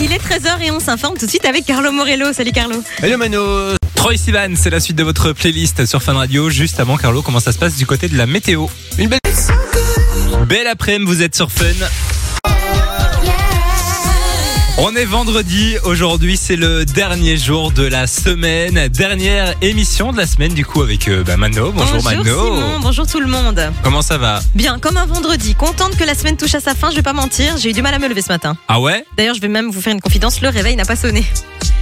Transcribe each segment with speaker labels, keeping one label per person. Speaker 1: Il est 13h et on s'informe tout de suite avec Carlo Morello. Salut Carlo.
Speaker 2: Hello Mano
Speaker 3: Troy Sivan, c'est la suite de votre playlist sur Fun Radio. Juste avant, Carlo, comment ça se passe du côté de la météo
Speaker 2: Une belle...
Speaker 3: Belle après-midi, vous êtes sur Fun. On est vendredi, aujourd'hui c'est le dernier jour de la semaine, dernière émission de la semaine du coup avec euh, bah, Mano. Bonjour, Mano.
Speaker 1: Simon, bonjour tout le monde.
Speaker 3: Comment ça va
Speaker 1: Bien, comme un vendredi, contente que la semaine touche à sa fin, je vais pas mentir, j'ai eu du mal à me lever ce matin.
Speaker 3: Ah ouais
Speaker 1: D'ailleurs, je vais même vous faire une confidence, le réveil n'a pas sonné.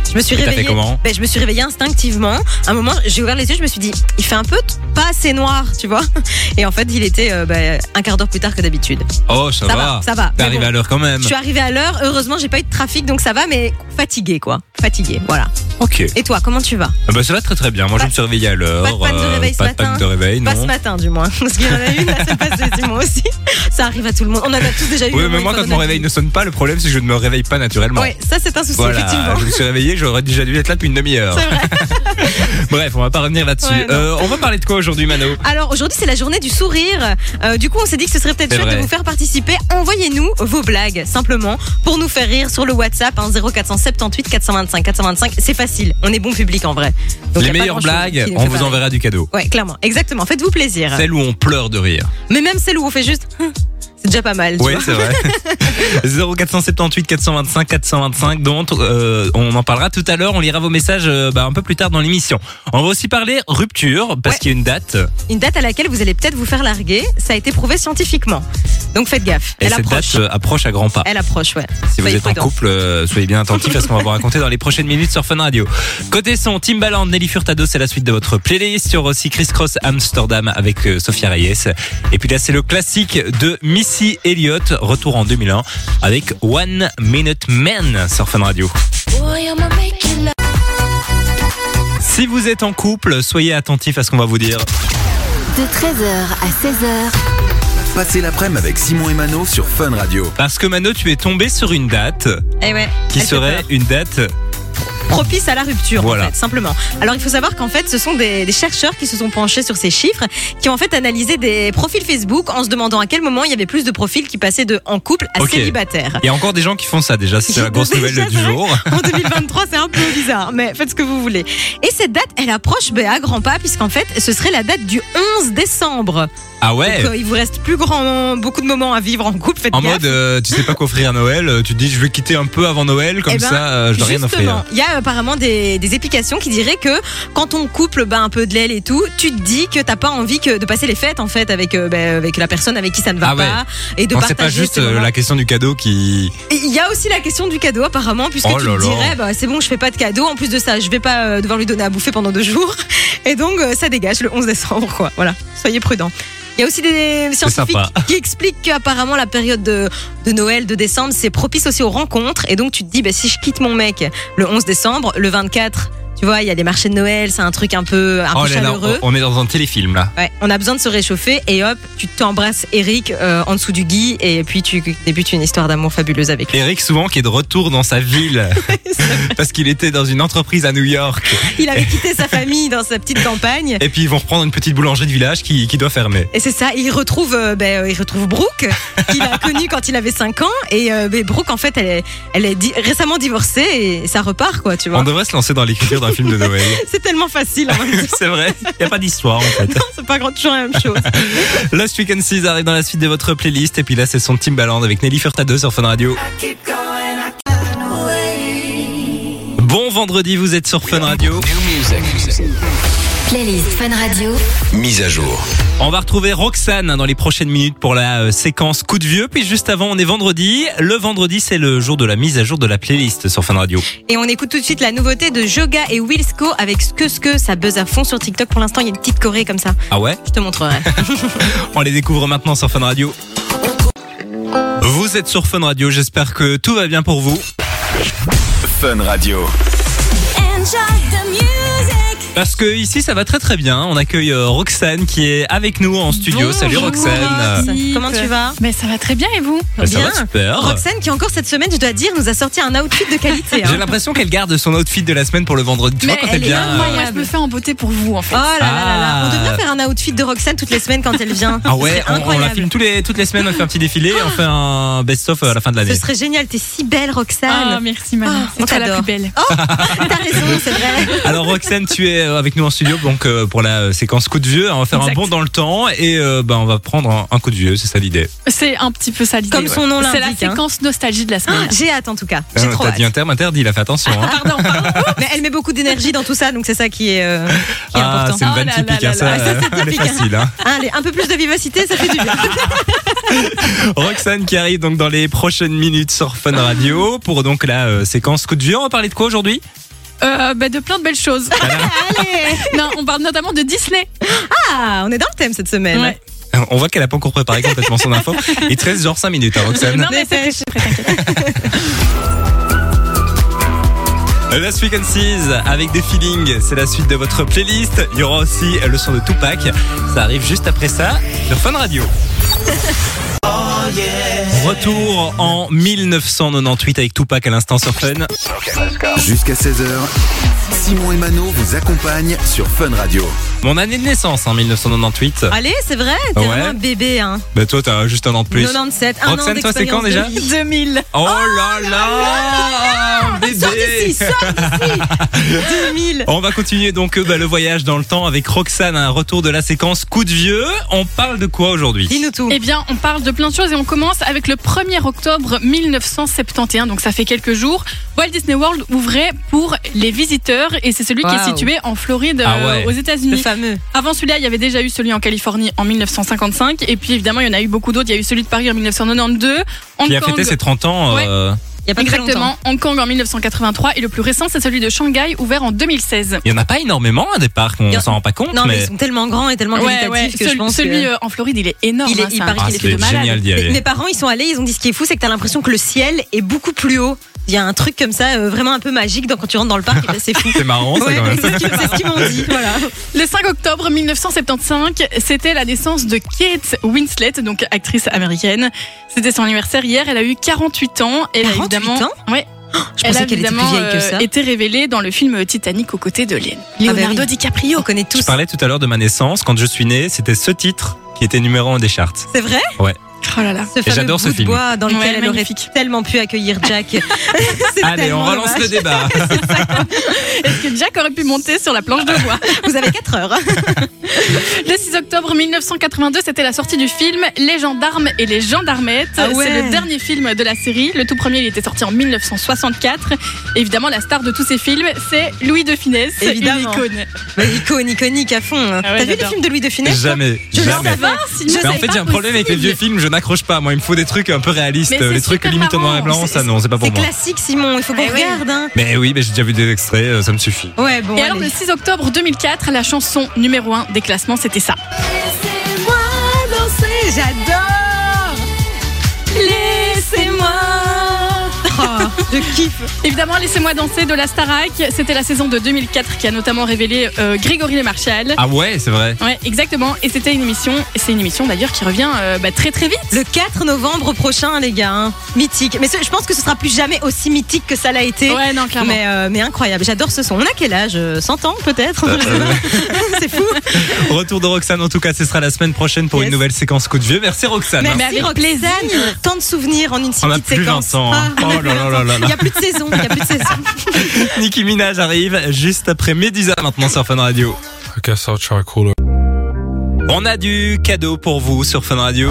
Speaker 1: Je me suis
Speaker 3: Et t'as fait
Speaker 1: réveillée.
Speaker 3: comment
Speaker 1: ben, je me suis réveillée instinctivement. À un moment, j'ai ouvert les yeux, je me suis dit, il fait un peu t- pas assez noir, tu vois. Et en fait, il était euh, ben, un quart d'heure plus tard que d'habitude.
Speaker 3: Oh ça,
Speaker 1: Ça va, ça va.
Speaker 3: T'arrives
Speaker 1: Mais bon.
Speaker 3: à l'heure quand même.
Speaker 1: Je suis arrivée à l'heure, heureusement, j'ai pas eu de trafic, donc ça va, mais fatiguée, quoi. Fatiguée, voilà.
Speaker 3: Ok.
Speaker 1: Et toi, comment tu vas
Speaker 3: Ah bah ça va très très bien. Moi je
Speaker 1: Pas-
Speaker 3: me suis réveillé à l'heure.
Speaker 1: pas de panne de
Speaker 3: euh,
Speaker 1: réveil ce
Speaker 3: pas de panne
Speaker 1: matin.
Speaker 3: de réveil,
Speaker 1: Pas ce
Speaker 3: non.
Speaker 1: matin, du moins. Parce qu'il y en a une la semaine passée, Simon aussi. Ça arrive à tout le monde. On en a tous déjà eu.
Speaker 3: Oui,
Speaker 1: au moins
Speaker 3: mais moi
Speaker 1: une fois dans
Speaker 3: quand mon
Speaker 1: notre
Speaker 3: réveil
Speaker 1: vie.
Speaker 3: ne sonne pas, le problème c'est que je ne me réveille pas naturellement.
Speaker 1: Ouais, ça c'est un souci, effectivement.
Speaker 3: Voilà, je me suis réveillé, j'aurais déjà dû être là depuis une demi-heure.
Speaker 1: C'est vrai.
Speaker 3: Bref, on va pas revenir là-dessus.
Speaker 1: Ouais, non.
Speaker 3: Euh, on va parler de quoi aujourd'hui, Mano
Speaker 1: Alors aujourd'hui c'est la journée du sourire. Euh, du coup on s'est dit que ce serait peut-être
Speaker 3: C'est
Speaker 1: chouette de
Speaker 3: vrai.
Speaker 1: vous faire participer. Envoyez-nous vos blagues simplement pour nous faire rire sur le WhatsApp hein, 0478 425 425. C'est facile, on est bon public en vrai. Donc, y a
Speaker 3: Les
Speaker 1: pas
Speaker 3: meilleures
Speaker 1: grand-chose
Speaker 3: blagues,
Speaker 1: qui Ah. nous
Speaker 3: on
Speaker 1: fait
Speaker 3: vous
Speaker 1: marrer.
Speaker 3: enverra du cadeau.
Speaker 1: Ouais, clairement, exactement. Faites-vous plaisir.
Speaker 3: Celle où on pleure de rire.
Speaker 1: Mais même celle où on fait juste, c'est déjà pas mal. tu
Speaker 3: Oui,
Speaker 1: vois.
Speaker 3: c'est vrai. 0478 425 425 dont euh, on en parlera tout à l'heure. On lira vos messages euh, bah, un peu plus tard dans l'émission. On va aussi parler rupture parce
Speaker 1: Ouais.
Speaker 3: qu'il y a une date
Speaker 1: Une date à laquelle vous allez peut-être vous faire larguer. Ça a été prouvé scientifiquement. Donc faites gaffe.
Speaker 3: et
Speaker 1: Elle
Speaker 3: cette
Speaker 1: approche.
Speaker 3: date euh, approche à grands pas.
Speaker 1: Elle approche, ouais.
Speaker 3: Si vous
Speaker 1: Soyez
Speaker 3: êtes en
Speaker 1: prudents.
Speaker 3: couple, euh, soyez bien attentifs à ce qu'on va vous raconter dans les prochaines minutes sur Fun Radio. Côté son, Timbaland, Nelly Furtado, c'est la suite de votre playlist. Sur aussi Chris Cross Amsterdam avec euh, Sophia Reyes. Et puis là, c'est le classique de Missy Elliott, retour en 2001 avec One Minute Man sur Fun Radio.
Speaker 4: Boy, I'ma make you love.
Speaker 3: Si vous êtes en couple, soyez attentifs à ce qu'on va vous dire.
Speaker 5: De 13h à 16h,
Speaker 6: Passez l'après-midi avec Simon et Mano sur Fun Radio.
Speaker 3: Parce que Mano, tu es tombé sur une date
Speaker 1: Eh ouais.
Speaker 3: qui
Speaker 1: elle fait peur.
Speaker 3: serait une date
Speaker 1: propice à la rupture,
Speaker 3: Voilà.
Speaker 1: en fait, simplement. Alors, il faut savoir qu'en fait, ce sont des, des chercheurs qui se sont penchés sur ces chiffres, qui ont en fait analysé des profils Facebook en se demandant à quel moment il y avait plus de profils qui passaient de en couple à
Speaker 3: Ok.
Speaker 1: célibataire.
Speaker 3: Il y a encore des gens qui font ça déjà, c'est la grosse
Speaker 1: Déjà,
Speaker 3: nouvelle du
Speaker 1: c'est vrai.
Speaker 3: jour.
Speaker 1: En 2023, c'est un peu bizarre, mais faites ce que vous voulez. Et cette date, elle approche ben, à grands pas, puisqu'en fait, ce serait la date du 11 décembre.
Speaker 3: Ah ouais
Speaker 1: Donc, euh, il vous reste plus grand, beaucoup de moments à vivre en couple, faites
Speaker 3: En
Speaker 1: gaffe.
Speaker 3: mode, euh, tu sais pas qu'offrir à Noël, euh, tu te dis je vais quitter un peu avant Noël, comme
Speaker 1: Eh ben,
Speaker 3: ça euh, je dois rien offrir.
Speaker 1: Justement, il y a apparemment des, des applications qui diraient que quand on couple ben, un peu de l'aile et tout, tu te dis que t'as pas envie que de passer les fêtes en fait avec euh, ben, avec la personne avec qui ça ne va
Speaker 3: Ah ouais.
Speaker 1: pas et de
Speaker 3: Non, c'est
Speaker 1: partager.
Speaker 3: pas juste
Speaker 1: ces
Speaker 3: euh,
Speaker 1: moments.
Speaker 3: la question du cadeau qui.
Speaker 1: Et Il y a aussi la question du cadeau apparemment puisque
Speaker 3: Oh
Speaker 1: tu
Speaker 3: là
Speaker 1: te
Speaker 3: là.
Speaker 1: dirais bah, c'est bon je fais pas de cadeau en plus de ça je vais pas euh, devoir lui donner à bouffer pendant deux jours et donc euh, ça dégage le 11 décembre quoi. Voilà, soyez prudents. Il y a aussi des scientifiques
Speaker 3: sympa.
Speaker 1: qui expliquent qu'apparemment la période de, de Noël, de décembre, c'est propice aussi aux rencontres. Et donc tu te dis, bah, si je quitte mon mec le 11 décembre, le 24, tu vois, il y a les marchés de Noël, c'est un truc un peu, un
Speaker 3: oh
Speaker 1: peu
Speaker 3: là là,
Speaker 1: chaleureux.
Speaker 3: on on est dans un téléfilm là.
Speaker 1: Ouais, on a besoin de se réchauffer et hop, tu t'embrasses Eric euh, en dessous du Guy et puis tu débutes une histoire d'amour fabuleuse avec lui.
Speaker 3: Eric souvent qui est de retour dans sa ville
Speaker 1: C'est vrai.
Speaker 3: parce qu'il était dans une entreprise à New York
Speaker 1: il avait quitté sa famille dans sa petite campagne.
Speaker 3: et puis ils vont reprendre une petite boulangerie de village qui, qui doit fermer.
Speaker 1: Et c'est ça, il retrouve, euh, ben, euh, il retrouve Brooke, qu'il a connu quand il avait 5 ans. Et euh, ben, Brooke, en fait, elle est, elle est di- récemment divorcée et ça repart, quoi, tu vois.
Speaker 3: On devrait se lancer dans l'écriture d'un film de Noël.
Speaker 1: C'est tellement facile, en même temps,
Speaker 3: C'est vrai, y a pas d'histoire en fait.
Speaker 1: c'est pas grand toujours la même chose.
Speaker 3: Lost Weekend 6 arrive dans la suite de votre playlist et puis là c'est son Timbaland avec Nelly Furtado sur Fun Radio. Bon vendredi, vous êtes sur Fun Radio.
Speaker 5: playlist Fun Radio.
Speaker 6: Mise à jour.
Speaker 3: On va retrouver Roxane hein, dans les prochaines minutes pour la euh, séquence coup de vieux. Puis juste avant, on est vendredi. Le vendredi, c'est le jour de la mise à jour de la playlist sur Fun Radio.
Speaker 1: Et on écoute tout de suite la nouveauté de Joga et Wilsco avec ce que ce que ça buzz à fond sur TikTok. Pour l'instant, il y a une petite Corée comme ça.
Speaker 3: Ah ouais
Speaker 1: Je te montrerai.
Speaker 3: On les découvre maintenant sur Fun Radio. Vous êtes sur Fun Radio, j'espère que tout va bien pour vous.
Speaker 6: Fun Radio.
Speaker 4: Enjoy the music.
Speaker 3: Parce que ici, ça va très très bien. On accueille euh, Roxane qui est avec nous en studio. Salut
Speaker 1: Bonjour,
Speaker 3: Roxane.
Speaker 1: Rox.
Speaker 2: Euh,
Speaker 1: Comment tu vas
Speaker 2: Mais ça va très bien et vous
Speaker 3: Bah, ça va
Speaker 1: Bien.
Speaker 3: super.
Speaker 1: Roxane qui encore cette semaine, je dois dire, nous a sorti un outfit de qualité. hein.
Speaker 3: J'ai l'impression qu'elle garde son outfit de la semaine pour le vendredi. Tu vois,
Speaker 2: Mais
Speaker 3: quand
Speaker 2: elle est
Speaker 3: vient,
Speaker 2: incroyable.
Speaker 3: euh,
Speaker 2: Moi, je me fais en beauté pour vous en
Speaker 1: Oh
Speaker 2: fait.
Speaker 1: là là là là.
Speaker 3: Ah.
Speaker 1: On devrait faire un outfit de Roxane toutes les semaines quand elle vient.
Speaker 3: Ah
Speaker 1: Ce
Speaker 3: ouais,
Speaker 1: serait
Speaker 3: on, on la
Speaker 1: incroyable.
Speaker 3: filme tous les, toutes les semaines, on fait un petit défilé, on fait un best-of à la fin de l'année.
Speaker 1: Ce serait génial, t'es si belle
Speaker 2: Ah,
Speaker 1: Roxane.
Speaker 2: merci madame,
Speaker 1: Oh, on
Speaker 2: c'est toi Ah, la
Speaker 1: t'adore.
Speaker 2: plus belle. Oh,
Speaker 1: T'as raison, c'est vrai.
Speaker 3: Alors Roxane, tu es euh, avec nous en studio donc euh, pour la euh, séquence coup de vieux. On va faire
Speaker 2: Exact.
Speaker 3: un bond dans le temps et euh, ben, on va prendre un, un coup de vieux, c'est ça l'idée.
Speaker 2: C'est un petit peu ça l'idée.
Speaker 1: Comme son
Speaker 2: ouais.
Speaker 1: nom
Speaker 2: C'est la
Speaker 1: l'indique, hein.
Speaker 2: séquence nostalgie de la semaine.
Speaker 1: J'ai hâte en tout cas. J'ai
Speaker 3: Euh,
Speaker 1: trop
Speaker 3: T'as
Speaker 1: hâte.
Speaker 3: dit un terme interdit, il a fait attention. hein.
Speaker 1: Ah. Pardon, pardon. Mais elle met beaucoup d'énergie dans tout ça, donc c'est ça qui est, euh, qui est
Speaker 3: Ah, c'est
Speaker 1: important.
Speaker 3: une
Speaker 2: Oh
Speaker 3: vanne
Speaker 2: là
Speaker 3: typique,
Speaker 2: là
Speaker 3: hein,
Speaker 2: là
Speaker 3: ça,
Speaker 2: là.
Speaker 3: euh, elle est facile. hein.
Speaker 1: Ah, Allez, un peu plus de vivacité, ça fait du bien.
Speaker 3: Roxane qui arrive donc dans les prochaines minutes sur Fun Radio pour donc la euh, séquence coup de vieux. On va parler de quoi aujourd'hui
Speaker 2: Euh, bah, de plein de belles choses.
Speaker 1: Allez.
Speaker 2: non, on parle notamment de Disney.
Speaker 1: Ah, on est dans le thème cette semaine.
Speaker 2: Ouais.
Speaker 3: Euh, On voit qu'elle a pas encore préparé complètement son info. Il te reste genre 5 minutes, hein, Roxane.
Speaker 2: Non mais c'est
Speaker 3: Last Week and Seas avec des feelings, c'est la suite de votre playlist. Il y aura aussi le son de Tupac. Ça arrive juste après ça sur Fun Radio. Retour en 1998 avec Tupac à l'instant sur Fun.
Speaker 6: Jusqu'à 16h, Simon et Mano vous accompagnent sur Fun Radio.
Speaker 3: Mon année de naissance en 1998.
Speaker 1: Allez, c'est vrai, t'es
Speaker 3: Ouais.
Speaker 1: vraiment un bébé. Hein.
Speaker 3: Bah toi t'as juste un an de plus.
Speaker 1: 97, un an
Speaker 3: Roxane, toi, c'est quand
Speaker 1: d'expérience de
Speaker 3: déjà
Speaker 1: vie.
Speaker 2: 2000.
Speaker 3: Oh là là,
Speaker 1: Sors d'ici,
Speaker 3: bébé.
Speaker 1: sors d'ici 2000
Speaker 3: On va continuer donc euh, bah, le voyage dans le temps avec Roxane, un retour de la séquence coup de vieux. On parle de quoi aujourd'hui
Speaker 1: Dis-nous tout.
Speaker 2: Eh bien, on parle de plein de choses et on commence avec le 1er octobre 1971, donc ça fait quelques jours. Walt Disney World ouvrait pour les visiteurs et c'est celui qui est
Speaker 1: Waouh.
Speaker 2: situé en Floride
Speaker 3: Ah
Speaker 2: euh,
Speaker 3: ouais.
Speaker 2: aux
Speaker 1: Le
Speaker 2: États-Unis.
Speaker 1: fameux.
Speaker 2: Avant celui-là, il y avait déjà eu celui en Californie en 1955. Et puis évidemment, il y en a eu beaucoup d'autres. Il y a eu celui de Paris en 1992. Hong
Speaker 3: Qui a
Speaker 2: Kong.
Speaker 3: fêté ses 30 ans
Speaker 2: Ouais.
Speaker 3: euh,
Speaker 1: Il y a pas très longtemps.
Speaker 2: Exactement, Hong Kong en 1983 et le plus récent c'est celui de Shanghai ouvert en 2016.
Speaker 3: Il y en a pas énormément à des parcs, on
Speaker 1: Il y en-
Speaker 3: s'en rend pas compte,
Speaker 1: Non, mais...
Speaker 3: mais,
Speaker 1: ils sont tellement grands et tellement qualitatifs que
Speaker 2: Celui-
Speaker 1: je pense
Speaker 2: celui
Speaker 1: que...
Speaker 2: euh, en Floride il est énorme.
Speaker 1: Il est-
Speaker 2: hein,
Speaker 1: il
Speaker 2: ça.
Speaker 1: paraît
Speaker 3: Ah,
Speaker 1: qu'il est
Speaker 3: c'est
Speaker 1: de malade.
Speaker 3: génial d'y
Speaker 1: Mes-
Speaker 3: aller.
Speaker 1: Mes parents, ils sont allés, ils ont dit ce qui est fou, c'est que t'as l'impression que le ciel est beaucoup plus haut. Il y a un truc comme ça, euh, vraiment un peu magique, donc quand tu rentres dans le parc, eh ben, c'est fou.
Speaker 3: C'est marrant, ça,
Speaker 1: Ouais,
Speaker 3: quand même.
Speaker 1: c'est ce qu'ils c'est ce qu'ils m'ont dit, voilà.
Speaker 2: Le 5 octobre 1975, c'était la naissance de Kate Winslet, donc actrice américaine. C'était son anniversaire hier, elle a eu 48 ans. Elle a
Speaker 1: 48
Speaker 2: évidemment,
Speaker 1: ans
Speaker 2: ouais,
Speaker 1: Je
Speaker 2: elle a
Speaker 1: pensais qu'elle était plus
Speaker 2: évidemment
Speaker 1: vieille que
Speaker 2: euh,
Speaker 1: ça.
Speaker 2: été révélée dans le film Titanic aux côtés de Lé-
Speaker 1: Ah bah
Speaker 2: Leonardo
Speaker 1: oui.
Speaker 2: DiCaprio.
Speaker 1: On connaît
Speaker 3: Je
Speaker 1: tous.
Speaker 3: parlais tout à l'heure de ma naissance. Quand je suis né, c'était ce titre qui était numéro un des charts.
Speaker 1: C'est vrai
Speaker 2: Oh là là.
Speaker 1: Ce fameux
Speaker 3: j'adore ce
Speaker 1: bout de
Speaker 3: film.
Speaker 1: bois dans lequel
Speaker 2: Ouais,
Speaker 1: elle aurait
Speaker 2: magnifique.
Speaker 1: tellement pu accueillir Jack. C'est
Speaker 3: Allez, on
Speaker 1: tellement
Speaker 3: relance
Speaker 1: dommage.
Speaker 3: le débat.
Speaker 2: Est-ce que Jack aurait pu monter sur la planche de bois
Speaker 1: Vous avez 4 heures. hein.
Speaker 2: Le 6 octobre 1982, c'était la sortie du film Les gendarmes et les gendarmettes.
Speaker 1: Ah ouais.
Speaker 2: C'est le dernier film de la série. Le tout premier, il était sorti en 1964. Évidemment, la star de tous ces films, c'est Louis de Funès,
Speaker 1: Évidemment.
Speaker 2: une icône.
Speaker 1: Mais icône, iconique à fond. hein.
Speaker 2: Ah ouais,
Speaker 1: T'as vu les
Speaker 2: j'adore.
Speaker 1: films de Louis de Funès toi
Speaker 3: jamais,
Speaker 1: Je le
Speaker 3: jamais.
Speaker 1: savais.
Speaker 2: Bah, sinon,
Speaker 1: Je
Speaker 3: Mais en
Speaker 2: c'est
Speaker 3: fait,
Speaker 2: pas
Speaker 3: j'ai un problème avec les
Speaker 2: possible.
Speaker 3: vieux films, je n'accroche pas. Moi, il me faut des trucs un peu réalistes,
Speaker 2: Mais
Speaker 3: euh,
Speaker 2: c'est
Speaker 3: les trucs
Speaker 2: super
Speaker 3: limite en noir et
Speaker 2: marrant.
Speaker 3: blanc, ça non, c'est pas pour
Speaker 1: C'est
Speaker 3: moi.
Speaker 1: classique, Simon. Il faut qu'on
Speaker 2: Ah ouais.
Speaker 1: regarde. hein.
Speaker 3: Mais oui, mais j'ai déjà vu des extraits, euh, ça me suffit.
Speaker 1: Ouais, bon.
Speaker 2: Et alors,
Speaker 1: allez.
Speaker 2: le 6 octobre 2004, la chanson numéro 1 des classements, c'était ça.
Speaker 1: Laissez-moi danser, j'adore. Laissez-moi. Oh, je kiffe.
Speaker 2: Évidemment, Laissez-moi danser de la Starac, c'était la saison de 2004 qui a notamment révélé euh, Grégory Lemarchal.
Speaker 3: Ah ouais, c'est vrai.
Speaker 2: Ouais, exactement. Et c'était une émission, et c'est une émission d'ailleurs qui revient euh, bah, très très vite.
Speaker 1: Le 4 novembre prochain, les gars. hein. Mythique. Mais ce- je pense que ce sera plus jamais aussi mythique que ça l'a été.
Speaker 2: Ouais, non, clairement.
Speaker 1: Mais, euh, mais incroyable, j'adore ce son. On a quel âge Euh, 100 ans peut-être Je
Speaker 3: euh,
Speaker 1: sais pas. C'est fou.
Speaker 3: Ah, Retour de Roxane, en tout cas, ce sera la semaine prochaine pour
Speaker 1: Yes.
Speaker 3: une nouvelle séquence coup de vieux. Merci Roxane.
Speaker 1: Merci
Speaker 2: mais avec
Speaker 1: Roxane. Tant de souvenirs en une si
Speaker 3: On a
Speaker 1: petite
Speaker 3: plus
Speaker 1: séquence.
Speaker 3: 20 ans. hein.
Speaker 1: Ah,
Speaker 3: Oh là là là là
Speaker 1: Il
Speaker 3: là.
Speaker 1: n'y a plus de saison, il y a plus de saison.
Speaker 3: Nicki Minaj arrive juste après Médusa maintenant sur Fun Radio.
Speaker 7: I guess I'll try cooler.
Speaker 3: On a du cadeau pour vous sur Fun Radio.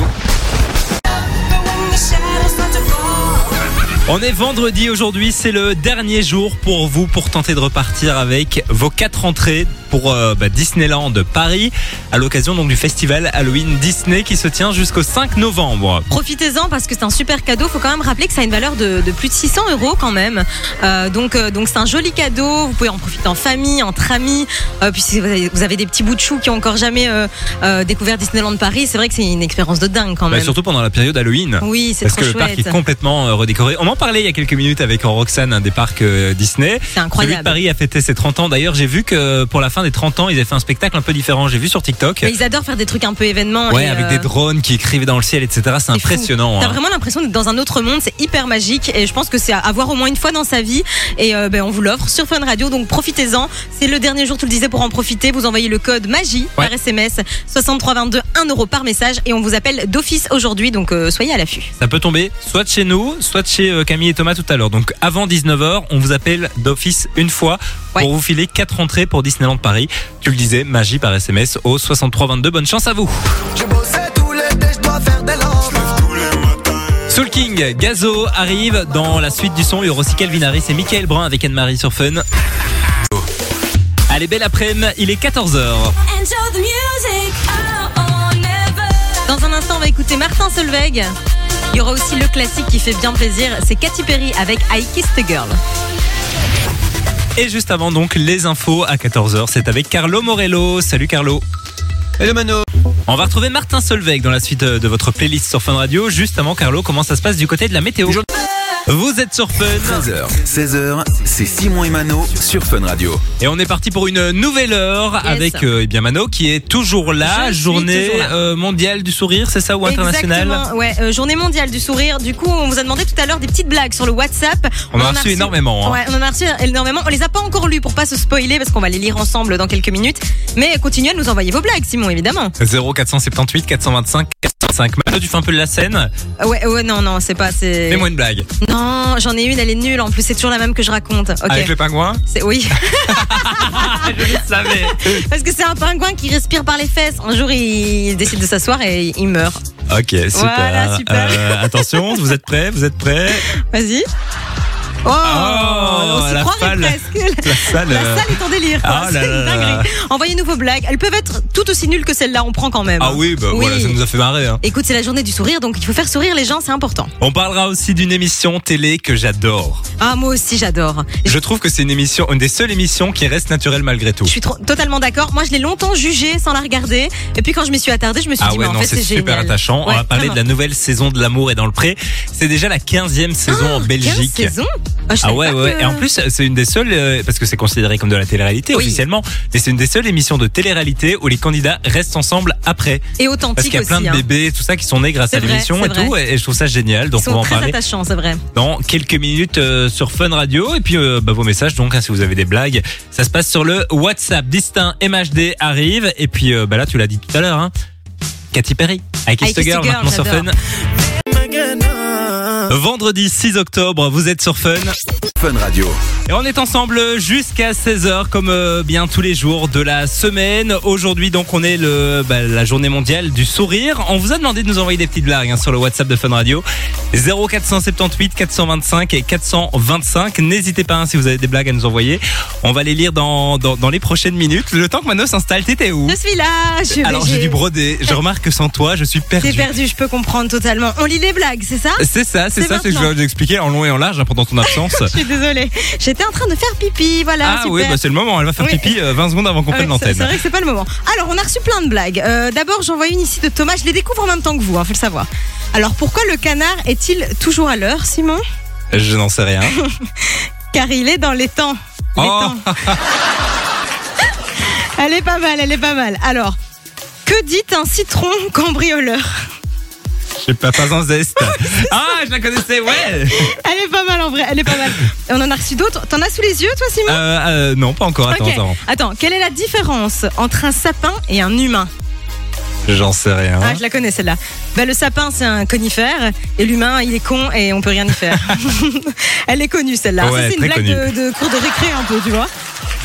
Speaker 3: On est vendredi aujourd'hui, c'est le dernier jour pour vous pour tenter de repartir avec vos quatre entrées pour euh, bah, Disneyland Paris à l'occasion donc du festival Halloween Disney qui se tient jusqu'au 5 novembre. Bah,
Speaker 1: Profitez-en parce que c'est un super cadeau. Faut quand même rappeler que ça a une valeur de, de plus de 600 euros quand même. Euh, donc euh, donc c'est un joli cadeau. Vous pouvez en profiter en famille, entre amis. Euh, puis si vous avez, vous avez des petits bouts de choux qui ont encore jamais euh, euh, découvert Disneyland Paris, c'est vrai que c'est une expérience de dingue quand
Speaker 3: Bah,
Speaker 1: même.
Speaker 3: surtout pendant la période Halloween.
Speaker 1: Oui, c'est
Speaker 3: Parce
Speaker 1: trop
Speaker 3: que le parc
Speaker 1: chouette.
Speaker 3: est complètement euh, redécoré. On en en parlait il y a quelques minutes avec en Roxane, un des parcs euh, Disney.
Speaker 1: C'est
Speaker 3: Celui de
Speaker 1: incroyable.
Speaker 3: Paris a fêté ses 30 ans. D'ailleurs, j'ai vu que euh, pour la fin des 30 ans, ils avaient fait un spectacle un peu différent. J'ai vu sur TikTok.
Speaker 1: Mais ils adorent faire des trucs un peu événements.
Speaker 3: Ouais,
Speaker 1: et,
Speaker 3: avec
Speaker 1: euh,
Speaker 3: des drones qui écrivaient dans le ciel, etc. C'est
Speaker 1: c'est fou.
Speaker 3: impressionnant.
Speaker 1: T'as
Speaker 3: hein.
Speaker 1: vraiment l'impression d'être dans un autre monde, c'est hyper magique et je pense que c'est à avoir au moins une fois dans sa vie. Et euh, ben, on vous l'offre sur Fun Radio, donc profitez-en. C'est le dernier jour, tu le disais, pour en profiter. Vous envoyez le code MAGIE par SMS 6322, 1 euro par message et on vous appelle d'office aujourd'hui, donc euh, soyez à l'affût.
Speaker 3: Ça peut tomber soit de chez nous, soit de chez euh, Camille et Thomas tout à l'heure. Donc avant 19h, on vous appelle d'office une fois pour
Speaker 1: Ouais.
Speaker 3: vous filer quatre entrées pour Disneyland Paris. Tu le disais, magie par SMS au 6322. Bonne chance à vous.
Speaker 7: Je bossais tout l'été, je dois faire des lampes.
Speaker 3: Soul King, Gazo arrive dans la suite du son. Il y aura aussi Calvin Harris et Michael Brun avec Anne-Marie sur Fun. Allez, belle après-midi, il est 14h.
Speaker 4: Enjoy the music. Oh, oh, never.
Speaker 1: Dans un instant, on va écouter Martin Solveig. Il y aura aussi le classique qui fait bien plaisir, c'est Katy Perry avec I Kissed a Girl.
Speaker 3: Et juste avant donc les infos à 14h, c'est avec Carlo Morello. Salut Carlo.
Speaker 7: Hello Mano.
Speaker 3: On va retrouver Martin Solveig dans la suite euh, de votre playlist sur Fun Radio. Juste avant Carlo, comment ça se passe du côté de la météo Vous êtes sur Fun
Speaker 6: 13h, 16h, c'est Simon et Mano sur Fun Radio.
Speaker 3: et on est parti pour une nouvelle heure avec euh, eh bien Mano qui est toujours là.
Speaker 1: Je suis
Speaker 3: Journée
Speaker 1: toujours là.
Speaker 3: euh, mondiale du sourire, c'est ça ou internationale
Speaker 1: Exactement, ouais, euh, journée mondiale du sourire. Du coup, on vous a demandé tout à l'heure des petites blagues sur le WhatsApp.
Speaker 3: On en
Speaker 1: en
Speaker 3: a reçu énormément, hein.
Speaker 1: Ouais, on en a reçu énormément. On les a pas encore lues pour pas se spoiler parce qu'on va les lire ensemble dans quelques minutes. Mais continuez à nous envoyer vos blagues, Simon, évidemment.
Speaker 3: 0478 425 425. Mano, tu fais un peu de la scène.
Speaker 1: Euh, Ouais, ouais, non, non, c'est pas, c'est.
Speaker 3: Fais-moi une blague.
Speaker 1: Non, j'en ai une, elle est nulle. En plus, c'est toujours la même que je raconte. Ok. Ah,
Speaker 3: Avec le pingouin
Speaker 1: C'est- Oui,
Speaker 3: Je le savais.
Speaker 1: parce que c'est un pingouin qui respire par les fesses. Un jour, il décide de s'asseoir et il meurt.
Speaker 3: Ok, super.
Speaker 1: Voilà, super.
Speaker 3: Euh, attention, vous êtes prêts Vous êtes prêts
Speaker 1: Vas-y. Oh, on s'y
Speaker 3: Ah, la
Speaker 1: croirait
Speaker 3: falle.
Speaker 1: presque.
Speaker 3: La salle.
Speaker 1: La
Speaker 3: euh,
Speaker 1: salle est en délire. quoi.
Speaker 3: Ah là
Speaker 1: C'est une
Speaker 3: là là là.
Speaker 1: dinguerie. Envoyez-nous vos blagues. Elles peuvent être tout aussi nulles que celles-là. On prend quand même.
Speaker 3: Ah oui, bah voilà, ça nous a fait marrer. hein.
Speaker 1: Écoute, c'est la journée du sourire, donc il faut faire sourire les gens, c'est important.
Speaker 3: On parlera aussi d'une émission télé que j'adore.
Speaker 1: Ah, moi aussi, j'adore.
Speaker 3: Je trouve que c'est une émission, une des seules émissions qui reste naturelle malgré tout.
Speaker 1: Je suis trop- totalement d'accord. Moi, je l'ai longtemps jugée sans la regarder. Et puis, quand je me suis attardée, je me suis
Speaker 3: Ah
Speaker 1: dit,
Speaker 3: ouais,
Speaker 1: mais en
Speaker 3: non,
Speaker 1: fait,
Speaker 3: c'est
Speaker 1: c'est
Speaker 3: super
Speaker 1: génial.
Speaker 3: attachant. On
Speaker 1: Ouais,
Speaker 3: va parler de
Speaker 1: vraiment.
Speaker 3: la nouvelle saison de l'amour et dans le pré. C'est déjà la 15e saison en Belgique.
Speaker 1: 15 saisons Ah, je
Speaker 3: Ah
Speaker 1: savais
Speaker 3: ouais,
Speaker 1: pas
Speaker 3: ouais.
Speaker 1: que-
Speaker 3: Et en plus, c'est une des seules, euh, parce que c'est considéré comme de la télé-réalité
Speaker 1: Oui.
Speaker 3: officiellement, mais c'est une des seules émissions de télé-réalité où les candidats restent ensemble après.
Speaker 1: Et
Speaker 3: Parce
Speaker 1: authentique
Speaker 3: qu'il y a
Speaker 1: aussi.
Speaker 3: plein de
Speaker 1: hein.
Speaker 3: bébés, tout ça, qui sont nés grâce
Speaker 1: C'est
Speaker 3: à
Speaker 1: vrai,
Speaker 3: l'émission
Speaker 1: c'est
Speaker 3: et tout. Et et je trouve ça génial.
Speaker 1: hein. Ils
Speaker 3: Donc on va
Speaker 1: sont
Speaker 3: en
Speaker 1: très
Speaker 3: parler
Speaker 1: attachants, c'est vrai.
Speaker 3: dans quelques minutes euh, sur Fun Radio. Et puis euh, bah, vos messages, donc, hein, si vous avez des blagues, ça se passe sur le WhatsApp. Distinct MHD arrive. Et puis euh, bah, là, tu l'as dit tout à l'heure, hein. Katy Perry, avec
Speaker 1: I
Speaker 3: Kiss the
Speaker 1: Kissed a
Speaker 3: Girl,
Speaker 1: Girl,
Speaker 3: maintenant sur Fun.
Speaker 1: j'adore.
Speaker 3: Vendredi 6 octobre, vous êtes sur Fun.
Speaker 6: Fun Radio.
Speaker 3: Et on est ensemble jusqu'à 16h comme euh, bien tous les jours de la semaine. Aujourd'hui donc on est le, bah, la journée mondiale du sourire. On vous a demandé de nous envoyer des petites blagues hein, sur le WhatsApp de Fun Radio 0478 425 et 425. N'hésitez pas hein, si vous avez des blagues à nous envoyer. On va les lire dans, dans, dans les prochaines minutes. Le temps que Mano s'installe, t'étais où
Speaker 1: Je suis là, je suis
Speaker 3: Alors j'ai dû broder. Je remarque que sans toi je suis
Speaker 1: T'es
Speaker 3: perdu.
Speaker 1: perdu, je peux comprendre totalement. On lit les blagues, c'est ça
Speaker 3: C'est ça, c'est
Speaker 1: C'est
Speaker 3: ça, c'est que je
Speaker 1: maintenant.
Speaker 3: vais expliquer en long et en large hein, pendant ton absence.
Speaker 1: Je suis désolée. J'étais en train de faire pipi, voilà.
Speaker 3: Ah
Speaker 1: super.
Speaker 3: oui, bah, c'est le moment, elle va faire
Speaker 1: Oui.
Speaker 3: pipi euh, 20 secondes avant qu'on
Speaker 1: Ouais,
Speaker 3: prenne
Speaker 1: c'est
Speaker 3: l'antenne.
Speaker 1: c'est vrai que c'est pas le moment. Alors, on a reçu plein de blagues. Euh, D'abord, j'en vois une ici de Thomas. Je les découvre en même temps que vous, hein, faut le savoir. Alors, pourquoi le canard est-il toujours à l'heure, Simon
Speaker 3: Je n'en sais rien.
Speaker 1: Car il est dans les temps. Les
Speaker 3: Oh.
Speaker 1: temps. Elle est pas mal, elle est pas mal. Alors, que dit un citron cambrioleur
Speaker 3: Je sais pas, pas un zeste. ah, je la connaissais, ouais.
Speaker 1: Elle est pas mal en vrai, elle est pas mal. Et on en a reçu d'autres. T'en as sous les yeux, toi, Simon
Speaker 3: Euh, euh, non, pas encore. Attends,
Speaker 1: Ok.
Speaker 3: attends.
Speaker 1: Attends, quelle est la différence entre un sapin et un humain
Speaker 3: J'en sais rien.
Speaker 1: Ah, je la connais celle-là. Bah, le sapin, c'est un conifère et l'humain, il est con et on peut rien y faire. Elle est connue celle-là.
Speaker 3: Ouais,
Speaker 1: ça, c'est une
Speaker 3: très
Speaker 1: blague
Speaker 3: connue.
Speaker 1: de, de cours de récré un peu, tu vois.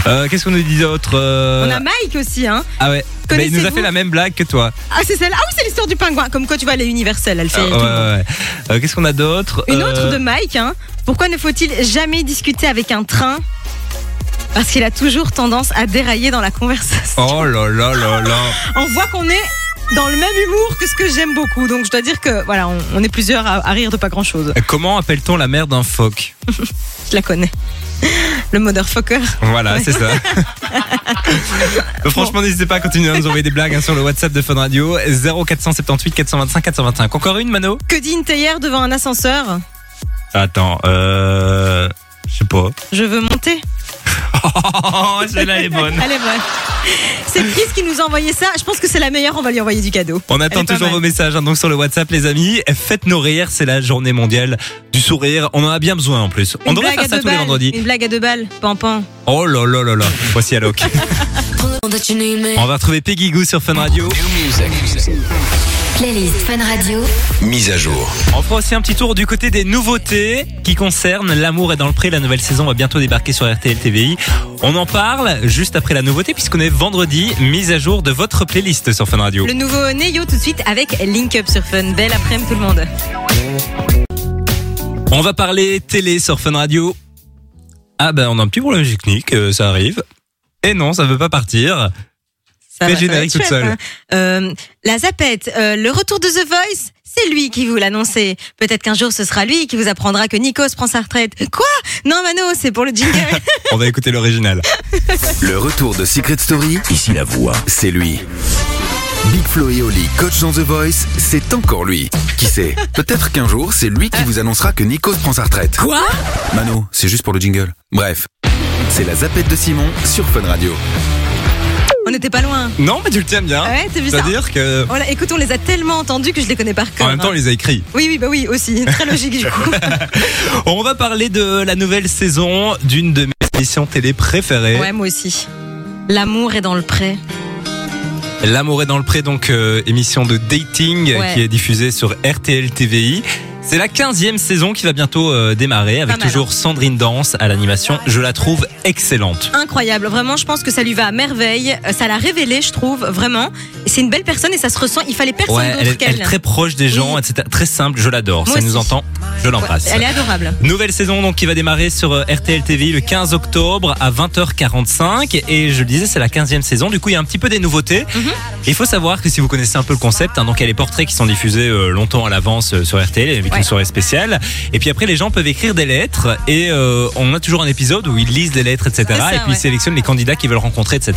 Speaker 3: Euh, Qu'est-ce qu'on nous dit d'autre euh,
Speaker 1: On a Mike aussi, hein.
Speaker 3: Ah ouais. Mais il nous a
Speaker 1: Connaissez-vous
Speaker 3: fait la même blague que toi.
Speaker 1: Ah, c'est celle-là. Ah oui, c'est l'histoire du pingouin. Comme quoi, tu vois, elle est universelle. Elle fait.
Speaker 3: Euh,
Speaker 1: tout le monde.
Speaker 3: ouais, ouais. Euh, Qu'est-ce qu'on a d'autre
Speaker 1: Une
Speaker 3: Euh,
Speaker 1: autre de Mike, hein. Pourquoi ne faut-il jamais discuter avec un train Parce qu'il a toujours tendance à dérailler dans la conversation.
Speaker 3: Oh là là là là.
Speaker 1: On voit qu'on est dans le même humour que ce que j'aime beaucoup. Donc, je dois dire que, voilà, on, on est plusieurs à, à rire de pas grand-chose.
Speaker 3: Comment appelle-t-on la mère d'un phoque
Speaker 1: Je la connais. Le motherfucker.
Speaker 3: Voilà, c'est ça. Franchement, n'hésitez pas à continuer à nous envoyer des blagues hein, sur le WhatsApp de Fun Radio 0478 425 425. Encore une, Mano
Speaker 1: Que dit une théière devant un ascenseur
Speaker 3: Attends, euh. Je sais pas.
Speaker 1: Je veux monter.
Speaker 3: Oh, celle-là elle est bonne.
Speaker 1: Elle est bonne. C'est Chris qui nous a envoyé ça. Je pense que c'est la meilleure. On va lui envoyer du cadeau.
Speaker 3: On
Speaker 1: Elle
Speaker 3: attend
Speaker 1: est pas
Speaker 3: toujours
Speaker 1: mal.
Speaker 3: vos messages hein, donc sur le WhatsApp, les amis. Faites-nous rire, c'est la journée mondiale du sourire. On en a bien besoin en plus. On
Speaker 1: Une
Speaker 3: devrait
Speaker 1: blague
Speaker 3: faire
Speaker 1: à
Speaker 3: ça
Speaker 1: deux
Speaker 3: tous les
Speaker 1: balles.
Speaker 3: vendredis.
Speaker 1: Une blague à deux balles. Pampan.
Speaker 3: Oh là là là là. Voici Alok. On va retrouver Peggy Goo sur Fun Radio.
Speaker 5: Playlist Fun Radio.
Speaker 8: Mise à jour.
Speaker 3: On fera aussi un petit tour du côté des nouveautés qui concernent l'amour est dans le pré. La nouvelle saison va bientôt débarquer sur RTL TVI. On en parle juste après la nouveauté puisqu'on est vendredi, mise à jour de votre playlist sur Fun Radio.
Speaker 1: Le nouveau Neo tout de suite avec Link Up sur Fun. Belle après-midi tout le monde.
Speaker 3: On va parler télé sur Fun Radio. Ah ben on a un petit problème technique, euh, ça arrive. Et non, ça veut pas partir.
Speaker 1: Ça
Speaker 3: Fais
Speaker 1: va, ça va
Speaker 3: générique
Speaker 1: être
Speaker 3: toute
Speaker 1: chouette,
Speaker 3: seule.
Speaker 1: hein. Euh, la zapette, euh, le retour de The Voice, c'est lui qui vous l'annonçait. Peut-être qu'un jour ce sera lui qui vous apprendra que Nikos prend sa retraite. Quoi Non Mano, c'est pour le jingle.
Speaker 3: On va écouter l'original.
Speaker 6: Le retour de Secret Story,
Speaker 8: Ici la voix.
Speaker 6: c'est lui. Big Flo et Oli, coach dans The Voice, c'est encore lui. Qui sait Peut-être qu'un jour, c'est lui qui vous annoncera que Nikos prend sa retraite. Quoi Mano, c'est juste pour le jingle. Bref, c'est la zapette de Simon sur Fun Radio.
Speaker 1: On n'était pas loin.
Speaker 3: Non, mais tu le tiens bien.
Speaker 1: Ouais, t'as vu ça
Speaker 3: C'est-à-dire que
Speaker 1: Oh là, écoute, on les a tellement entendus que je les connais par cœur.
Speaker 3: en même temps, on
Speaker 1: hein.
Speaker 3: les a écrits.
Speaker 1: Oui, oui, bah oui, aussi. Très logique du coup.
Speaker 3: On va parler de la nouvelle saison d'une de mes émissions télé préférées.
Speaker 1: Ouais, moi aussi. L'amour est dans le pré.
Speaker 3: L'amour est dans le pré, donc euh, émission de dating euh,
Speaker 1: Ouais.
Speaker 3: qui est diffusée sur RTL TVI. C'est la 15e saison qui va bientôt euh, démarrer avec
Speaker 1: mal, hein.
Speaker 3: toujours Sandrine Danse à l'animation. Je la trouve excellente.
Speaker 1: Incroyable, vraiment, je pense que ça lui va à merveille. Euh, Ça l'a révélé, je trouve, vraiment. Et C'est une belle personne et ça se ressent. Il fallait personne
Speaker 3: Ouais, elle
Speaker 1: d'autre
Speaker 3: est, elle
Speaker 1: qu'elle.
Speaker 3: est très proche des gens, etc. Très simple, je l'adore. Si
Speaker 1: Moi
Speaker 3: elle nous
Speaker 1: aussi.
Speaker 3: entend, je l'embrasse.
Speaker 1: Ouais, elle est adorable.
Speaker 3: Nouvelle saison donc qui va démarrer sur euh, RTL TV le 15 octobre à 20h45 et je le disais c'est la 15e saison du coup il y a un petit peu des nouveautés.
Speaker 1: Mhm.
Speaker 3: Il faut savoir que si vous connaissez un peu le concept hein, donc il y a les portraits qui sont diffusés euh, longtemps à l'avance euh, sur RTL avec une
Speaker 1: Ouais.
Speaker 3: soirée spéciale et puis après les gens peuvent écrire des lettres et euh, on a toujours un épisode où ils lisent des lettres etc
Speaker 1: Ah, C'est ça,
Speaker 3: et puis ils
Speaker 1: ouais.
Speaker 3: sélectionnent les candidats qu'ils veulent rencontrer etc.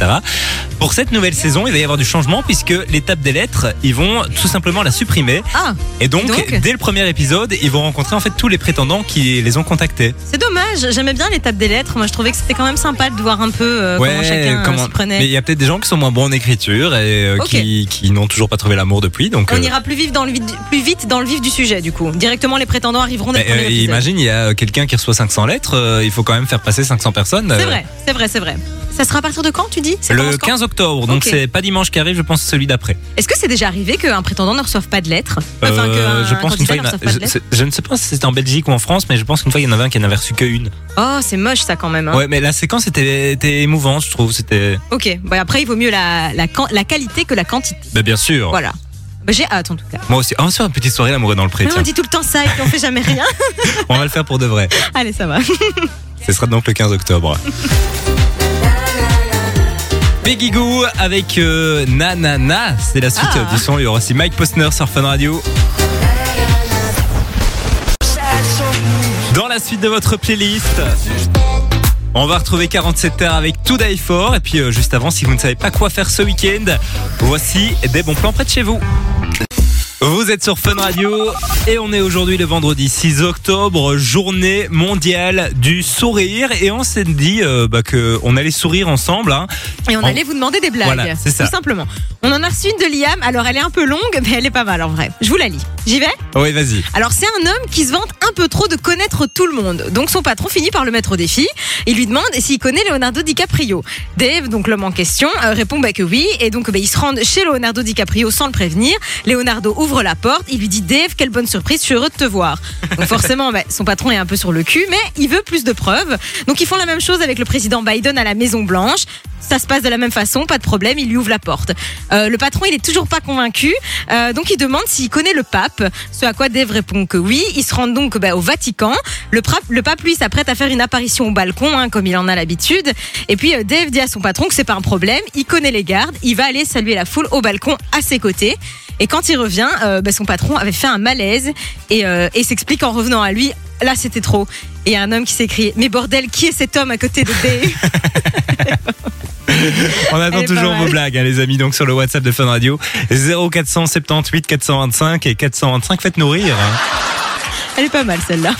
Speaker 3: Pour cette nouvelle saison il va y avoir du changement puisque l'étape des lettres ils vont tout simplement la supprimer
Speaker 1: Ah,
Speaker 3: et donc,
Speaker 1: Donc
Speaker 3: dès le premier épisode, ils vont rencontrer en fait tous les prétendants qui les ont contactés.
Speaker 1: c'est dommage. J'aimais bien l'étape des lettres. Moi, je trouvais que c'était quand même sympa de voir un peu euh, comment chacun euh, s'y prenait.
Speaker 3: Mais il y a peut-être des gens qui sont moins bons en écriture et euh,
Speaker 1: Ok.
Speaker 3: qui, qui n'ont toujours pas trouvé l'amour depuis. Donc,
Speaker 1: On
Speaker 3: euh,
Speaker 1: ira plus vite, dans le vide, plus vite dans le vif du sujet, du coup. Directement, les prétendants arriveront dès
Speaker 3: mais,
Speaker 1: le premier
Speaker 3: euh,
Speaker 1: épisode.
Speaker 3: imagine, il y a quelqu'un qui reçoit 500 lettres, euh, il faut quand même faire passer 500 personnes.
Speaker 1: C'est
Speaker 3: euh,
Speaker 1: vrai, c'est vrai, c'est vrai. Ça sera à partir de quand, tu dis Ça
Speaker 3: Le
Speaker 1: commence quand
Speaker 3: 15 octobre, donc
Speaker 1: Ok.
Speaker 3: c'est pas dimanche qui arrive, je pense celui d'après.
Speaker 1: Est-ce que c'est déjà arrivé qu'un prétendant ne reçoive pas de lettres Enfin,
Speaker 3: Euh,
Speaker 1: qu'un
Speaker 3: je pense qu'une
Speaker 1: candidat ne reçoive
Speaker 3: fois, il y en a-
Speaker 1: pas de
Speaker 3: je,
Speaker 1: lettres
Speaker 3: c'est- je ne sais pas si c'était en Belgique ou en France, mais je pense qu'une fois il y en avait un qui n'avait reçu qu'une.
Speaker 1: Oh, c'est moche ça quand même. hein.
Speaker 3: Ouais, mais la séquence était, était émouvante, je trouve. C'était,
Speaker 1: Ok, bon, après il vaut mieux la, la, quan- la qualité que la quantité.
Speaker 3: Bah, bien sûr.
Speaker 1: Voilà. Bah, J'ai hâte en tout cas.
Speaker 3: Moi aussi. Ah, on se fait une petite soirée l'amour dans le pré.
Speaker 1: Mais on
Speaker 3: tiens.
Speaker 1: dit tout le temps ça et puis on fait jamais rien.
Speaker 3: On va le faire pour de vrai.
Speaker 1: Allez, ça va.
Speaker 3: Ce sera donc le 15 octobre. Peggy Goo avec euh, Na Na Na, c'est la suite
Speaker 1: Ah.
Speaker 3: euh, du son. Il y aura aussi Mike Posner sur Fun Radio. Dans la suite de votre playlist, on va retrouver 47 heures avec Tout Die For. Et puis euh, juste avant, si vous ne savez pas quoi faire ce week-end, voici des bons plans près de chez vous. Vous êtes sur Fun Radio et on est aujourd'hui le vendredi 6 octobre, journée mondiale du sourire et on s'est dit euh, bah, que on allait sourire ensemble. hein.
Speaker 1: Et on
Speaker 3: En-
Speaker 1: allait vous demander des blagues.
Speaker 3: Voilà, c'est ça.
Speaker 1: Tout simplement. On en a reçu une de Liam, alors elle est un peu longue, mais elle est pas mal en vrai. Je vous la lis. J'y vais
Speaker 3: Oui, vas-y.
Speaker 1: Alors c'est un homme qui se vante un peu trop de connaître tout le monde. Donc son patron finit par le mettre au défi. Il lui demande s'il connaît Leonardo DiCaprio. Dave, donc l'homme en question, euh, répond bah, que oui. Et donc bah, ils se rendent chez Leonardo DiCaprio sans le prévenir. Leonardo ouvre la porte. Il lui dit Dave, quelle bonne surprise, je suis heureux de te voir. Donc forcément, bah, son patron est un peu sur le cul, mais il veut plus de preuves. Donc ils font la même chose avec le président Biden à la Maison Blanche. Ça se passe de la même façon, pas de problème, il lui ouvre la porte. Euh, le patron, il est toujours pas convaincu, euh, donc il demande s'il connaît le pape. Ce à quoi Dave répond que oui. Ils se rendent donc bah, au Vatican. Le, pra- le pape, lui, s'apprête à faire une apparition au balcon, hein, comme il en a l'habitude. Et puis euh, Dave dit à son patron que c'est pas un problème, il connaît les gardes, il va aller saluer la foule au balcon à ses côtés. Et quand il revient, euh, bah, son patron avait fait un malaise et, euh, et s'explique en revenant à lui. Là, c'était trop. Et il y a un homme qui s'écrie Mais bordel, qui est cet homme à côté de Dave
Speaker 3: On attend
Speaker 1: Elle est pas
Speaker 3: toujours
Speaker 1: mal.
Speaker 3: vos blagues, hein, les amis, donc sur le WhatsApp de Fun Radio 0478 425 et 425. Faites-nous rire. hein.
Speaker 1: Elle est pas mal celle-là.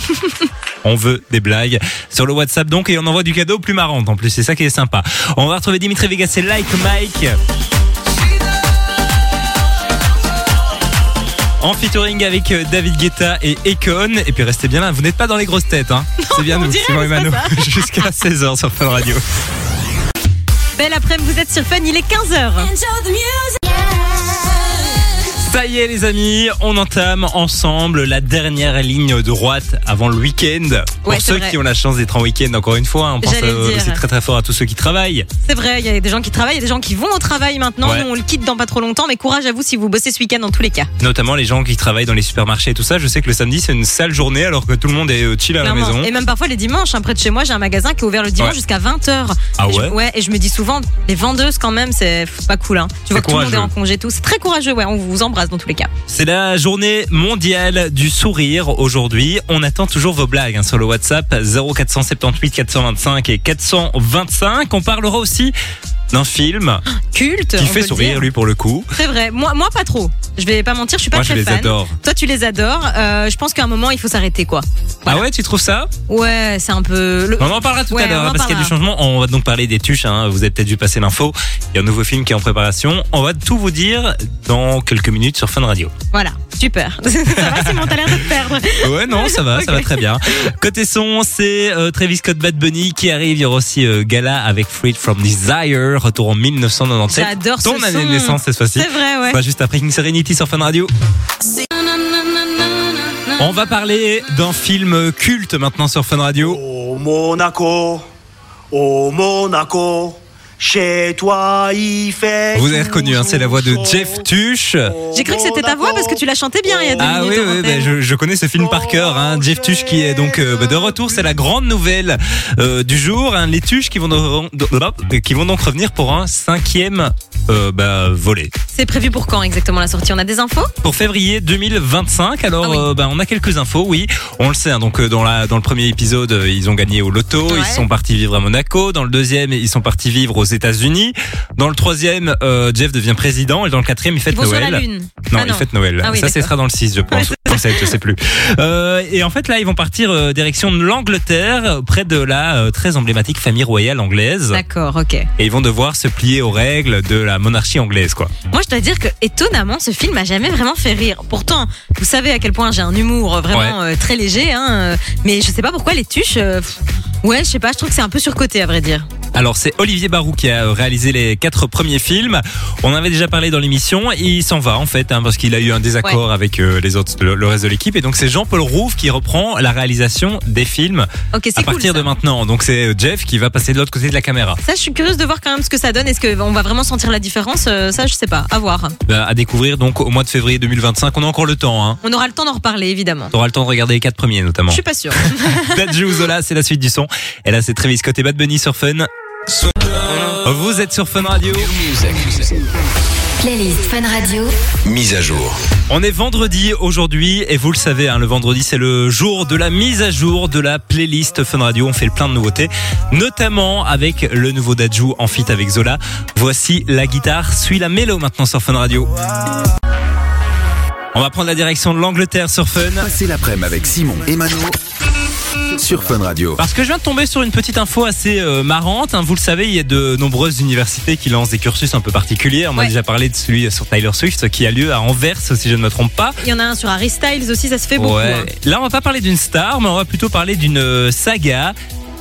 Speaker 3: On veut des blagues sur le WhatsApp donc et on envoie du cadeau plus marrant en plus. C'est ça qui est sympa. On va retrouver Dimitri Vegas et Like Mike. En featuring avec euh, David Guetta et Econ. Et puis restez bien là, vous n'êtes pas dans les grosses têtes. Hein. C'est bien
Speaker 1: on
Speaker 3: nous,
Speaker 1: dirait,
Speaker 3: Simon
Speaker 1: mais
Speaker 3: et
Speaker 1: c'est
Speaker 3: Mano.
Speaker 1: pas
Speaker 3: Jusqu'à 16h sur Fun Radio.
Speaker 1: Belle après-midi, vous êtes sur Fun, il est 15h.
Speaker 4: Enjoy the music.
Speaker 3: Ça y est les amis, on entame ensemble la dernière ligne droite avant le week-end.
Speaker 1: Ouais,
Speaker 3: Pour
Speaker 1: c'est
Speaker 3: ceux
Speaker 1: vrai.
Speaker 3: qui ont la chance d'être en week-end, encore une fois, hein, on pense
Speaker 1: J'allais le
Speaker 3: euh,
Speaker 1: dire.
Speaker 3: aussi très très fort à tous ceux qui travaillent.
Speaker 1: C'est vrai, il y a des gens qui travaillent, il y a des gens qui vont au travail maintenant.
Speaker 3: Ouais.
Speaker 1: Nous, on le quitte dans pas trop longtemps, mais courage à vous si vous bossez ce week-end dans tous les cas.
Speaker 3: Notamment les gens qui travaillent dans les supermarchés et tout ça. Je sais que le samedi c'est une sale journée alors que tout le monde est euh, chill à la
Speaker 1: Clairement.
Speaker 3: maison.
Speaker 1: Et même parfois les dimanches, hein, près de chez moi, j'ai un magasin qui est ouvert le dimanche
Speaker 3: Ouais.
Speaker 1: jusqu'à 20h.
Speaker 3: Ah
Speaker 1: Et je-
Speaker 3: ouais
Speaker 1: et je me dis souvent, les vendeuses quand même, c'est pff, pas cool. hein. Tu vois que tout le monde est en
Speaker 3: courageux.
Speaker 1: congé et tout. C'est très courageux, ouais, on vous embrasse dans tous les cas.
Speaker 3: C'est la journée mondiale du sourire aujourd'hui. On attend toujours vos blagues hein, sur le WhatsApp 0478 425 et 425. On parlera aussi d'un film
Speaker 1: Culte.
Speaker 3: qui
Speaker 1: Ah, on peut
Speaker 3: fait
Speaker 1: le
Speaker 3: sourire
Speaker 1: dire.
Speaker 3: lui pour le coup.
Speaker 1: C'est vrai, moi, moi pas trop. Je vais pas mentir, je suis pas
Speaker 3: Moi je
Speaker 1: très
Speaker 3: les
Speaker 1: fan.
Speaker 3: adore. Ah
Speaker 1: Toi tu les adores. Euh, je pense qu'à un moment il faut s'arrêter quoi. Voilà.
Speaker 3: Ah ouais, tu trouves ça
Speaker 1: Ouais, c'est un peu. le-
Speaker 3: On en parlera tout
Speaker 1: Ouais,
Speaker 3: à l'heure
Speaker 1: on en
Speaker 3: hein, parce qu'il y a du
Speaker 1: parlera.
Speaker 3: changement. On va donc parler des tuches. hein. Vous avez peut-être vu passer l'info. Il y a un nouveau film qui est en préparation. On va tout vous dire dans quelques minutes sur Fun Radio.
Speaker 1: Voilà, super. ça va Simon, t'as l'air de te perdre.
Speaker 3: Ouais, non, ça va, ça va très bien. Côté son, c'est euh, Travis Scott Bad Bunny qui arrive. Il y aura aussi euh, Gala avec Freed from Desire. Retour en 1997.
Speaker 1: J'adore ce
Speaker 3: Ton année
Speaker 1: son.
Speaker 3: de naissance cette fois-ci.
Speaker 1: C'est vrai, ouais.
Speaker 3: Bah, juste après King Serenity sur Fun Radio. On va parler d'un film culte maintenant sur Fun Radio.
Speaker 8: Au Monaco, au Monaco, chez toi il fait.
Speaker 3: Vous avez reconnu, hein, c'est la voix de Jeff Tuche.
Speaker 1: J'ai cru que c'était ta voix parce que tu la chantais bien il y a deux
Speaker 3: Ah oui,
Speaker 1: minutes. en
Speaker 3: oui,
Speaker 1: antenne.
Speaker 3: bah, je, je connais ce film par cœur. Hein. Jeff Tuche qui est donc euh, bah, de retour, c'est la grande nouvelle euh, du jour. hein. Les Tuches qui vont, de- qui vont donc revenir pour un cinquième euh, bah, volet.
Speaker 1: C'est prévu pour quand exactement la sortie On a des infos
Speaker 3: Pour février 2025, alors
Speaker 1: Ah oui.
Speaker 3: euh, bah, on a quelques infos, oui. On le sait, hein, donc euh, dans, la, dans le premier épisode, euh, ils ont gagné au loto,
Speaker 1: Ouais.
Speaker 3: ils sont partis vivre à Monaco. Dans le deuxième, ils sont partis vivre aux États-Unis. Dans le troisième, euh, Jeff devient président. Et dans le quatrième, il fête
Speaker 1: Ils vont sur
Speaker 3: Noël.
Speaker 1: la lune.
Speaker 3: Non,
Speaker 1: Ah
Speaker 3: il
Speaker 1: non.
Speaker 3: fête Noël.
Speaker 1: Ah oui,
Speaker 3: ça, ce
Speaker 1: d'accord.
Speaker 3: sera dans le 6, je pense.
Speaker 1: Ouais,
Speaker 3: Ou 7, je sais plus. Euh, et en fait, là, ils vont partir euh, direction de l'Angleterre, euh, près de la euh, très emblématique famille royale anglaise.
Speaker 1: D'accord, ok.
Speaker 3: Et ils vont devoir se plier aux règles de la monarchie anglaise, quoi.
Speaker 1: Moi, je dois dire que étonnamment, ce film m'a jamais vraiment fait rire. Pourtant, vous savez à quel point j'ai un humour euh, vraiment euh, très léger, hein, euh, mais je sais pas pourquoi les tuches. euh, pff, ouais, je sais pas, je trouve que c'est un peu surcoté à vrai dire.
Speaker 3: Alors, c'est Olivier Barou qui a euh, réalisé les quatre premiers films. On en avait déjà parlé dans l'émission. Il s'en va, en fait, hein, parce qu'il a eu un désaccord avec euh, les autres, le, le reste de l'équipe. Et donc, c'est Jean-Paul Rouve qui reprend la réalisation des films
Speaker 1: Ok,
Speaker 3: à
Speaker 1: c'est cool.
Speaker 3: partir
Speaker 1: ça.
Speaker 3: de maintenant. Donc, c'est euh, Jeff qui va passer de l'autre côté de la caméra.
Speaker 1: Ça, je suis curieuse de voir quand même ce que ça donne. Est-ce qu'on va vraiment sentir la différence Euh, Ça, je sais pas. À voir.
Speaker 3: Bah, à découvrir donc au mois de février 2025. On a encore le temps, hein.
Speaker 1: On aura le temps d'en reparler, évidemment.
Speaker 3: T'auras le temps de regarder les quatre premiers notamment.
Speaker 1: Je suis pas sûre.
Speaker 3: Dadju Zola, c'est la suite du son. Et là, c'est Travis Scott et Bad Bunny sur Fun. Vous êtes sur Fun Radio.
Speaker 5: Playlist Fun Radio.
Speaker 6: Mise à jour.
Speaker 3: On est vendredi aujourd'hui et vous le savez, hein, le vendredi c'est le jour de la mise à jour de la playlist Fun Radio. On fait le plein de nouveautés, notamment avec le nouveau Dadju en feat avec Zola. Voici la guitare, suis la mélo maintenant sur Fun Radio. On va prendre la direction de l'Angleterre sur Fun.
Speaker 6: Passez l'après-midi avec Simon et Mano sur Fun Radio.
Speaker 3: Parce que je viens de tomber sur une petite info assez euh, marrante. hein. Vous le savez, il y a de nombreuses universités qui lancent des cursus un peu particuliers. On a
Speaker 1: Ouais.
Speaker 3: déjà parlé de celui sur Tyler Swift qui a lieu à Anvers, si je ne me trompe pas.
Speaker 1: Il y en a un sur Harry Styles aussi, ça se fait beaucoup.
Speaker 3: Ouais.
Speaker 1: hein.
Speaker 3: Là, on va pas parler d'une star, mais on va plutôt parler d'une euh, saga.